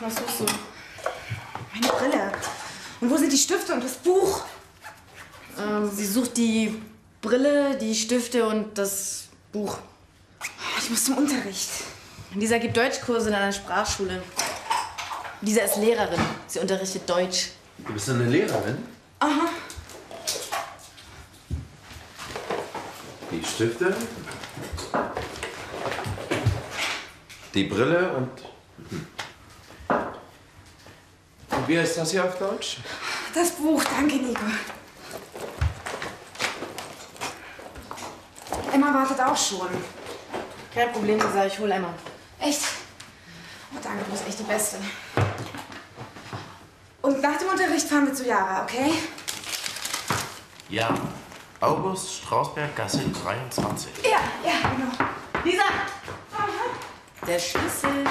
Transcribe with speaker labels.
Speaker 1: Was suchst du? Meine Brille. Und wo sind die Stifte und das Buch?
Speaker 2: Ähm, sie sucht die Brille, die Stifte und das Buch.
Speaker 1: Ah, Ich muss zum Unterricht.
Speaker 2: Lisa gibt Deutschkurse in einer Sprachschule. Lisa ist Lehrerin. Sie unterrichtet Deutsch.
Speaker 3: Du bist eine Lehrerin?
Speaker 1: Aha.
Speaker 3: Die Stifte, die Brille und. Und wie heißt das hier auf Deutsch?
Speaker 1: Das Buch, danke, Nico. Emma wartet auch schon.
Speaker 2: Kein Problem, Lisa, ich hole Emma.
Speaker 1: Echt? Oh, danke, du bist echt die Beste. Und nach dem Unterricht fahren wir zu Yara, okay?
Speaker 4: Ja. August Strausberg, Gasse 23.
Speaker 1: Ja, ja, genau.
Speaker 2: Lisa! Der Schlüssel.